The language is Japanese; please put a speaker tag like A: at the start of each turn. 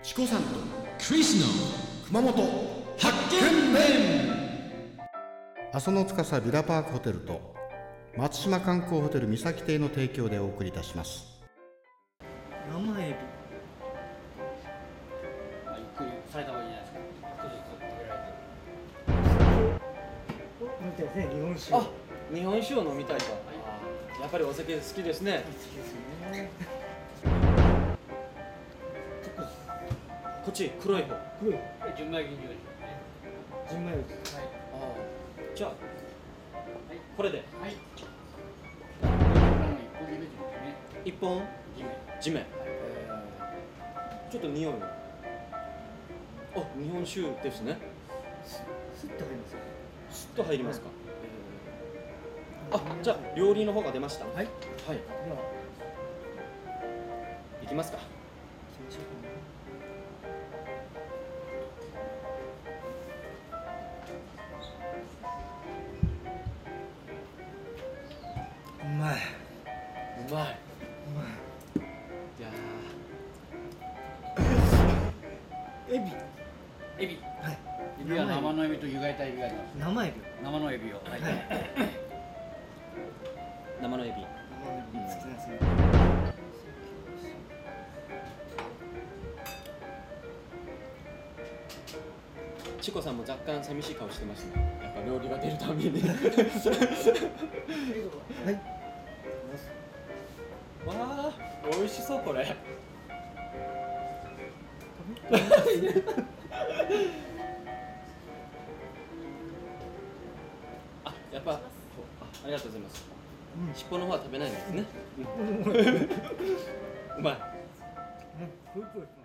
A: チコさんとクリスの熊本発見面
B: 阿蘇の司ビラパークホテルと松島観光ホテル三崎邸の提供でお送りいたします
C: 生エビ
D: まあ、ゆっくりされた方がいいんじゃないですか。確実に食べられてる。
C: みたいですね日本酒
D: あ、日本酒を飲みたいと。やっぱりお酒好きですね。
C: 好きですよね
D: こっち黒い方。
C: 黒い
E: 純米吟醸でし
C: 純米です
E: ょ。はい。
D: じゃあ、これで
E: はい。一本目ですね。
D: 一本
E: 地面。
D: 地面。ちょっと匂いも。あ、日本酒ですね。
C: スッと入りますよ
D: スッと入りますか。あ、じゃ
C: で
D: あ料理の方が出ました。
C: はい。
D: はい。
C: は行
D: いきますか。
C: きましょうかねうまいうう
D: まい。
C: まい
D: いや
C: エビ
E: エビ。
C: はい
E: エビは生のエビと湯がいたエビがあります。
C: 生エビ
E: 生のエビを。はい
C: はい
D: ー生のエビ。
C: 生エビ好きなんですよ
D: チコさんも若干寂しい顔してますね。やっぱ料理が出るたびに。
C: はい
D: わあ、美味しそうこれ。あ、やっぱあ、ありがとうございます。
C: うん
D: 尻尾 の方は食べないんですね。うまい。
C: うんプルプルしてます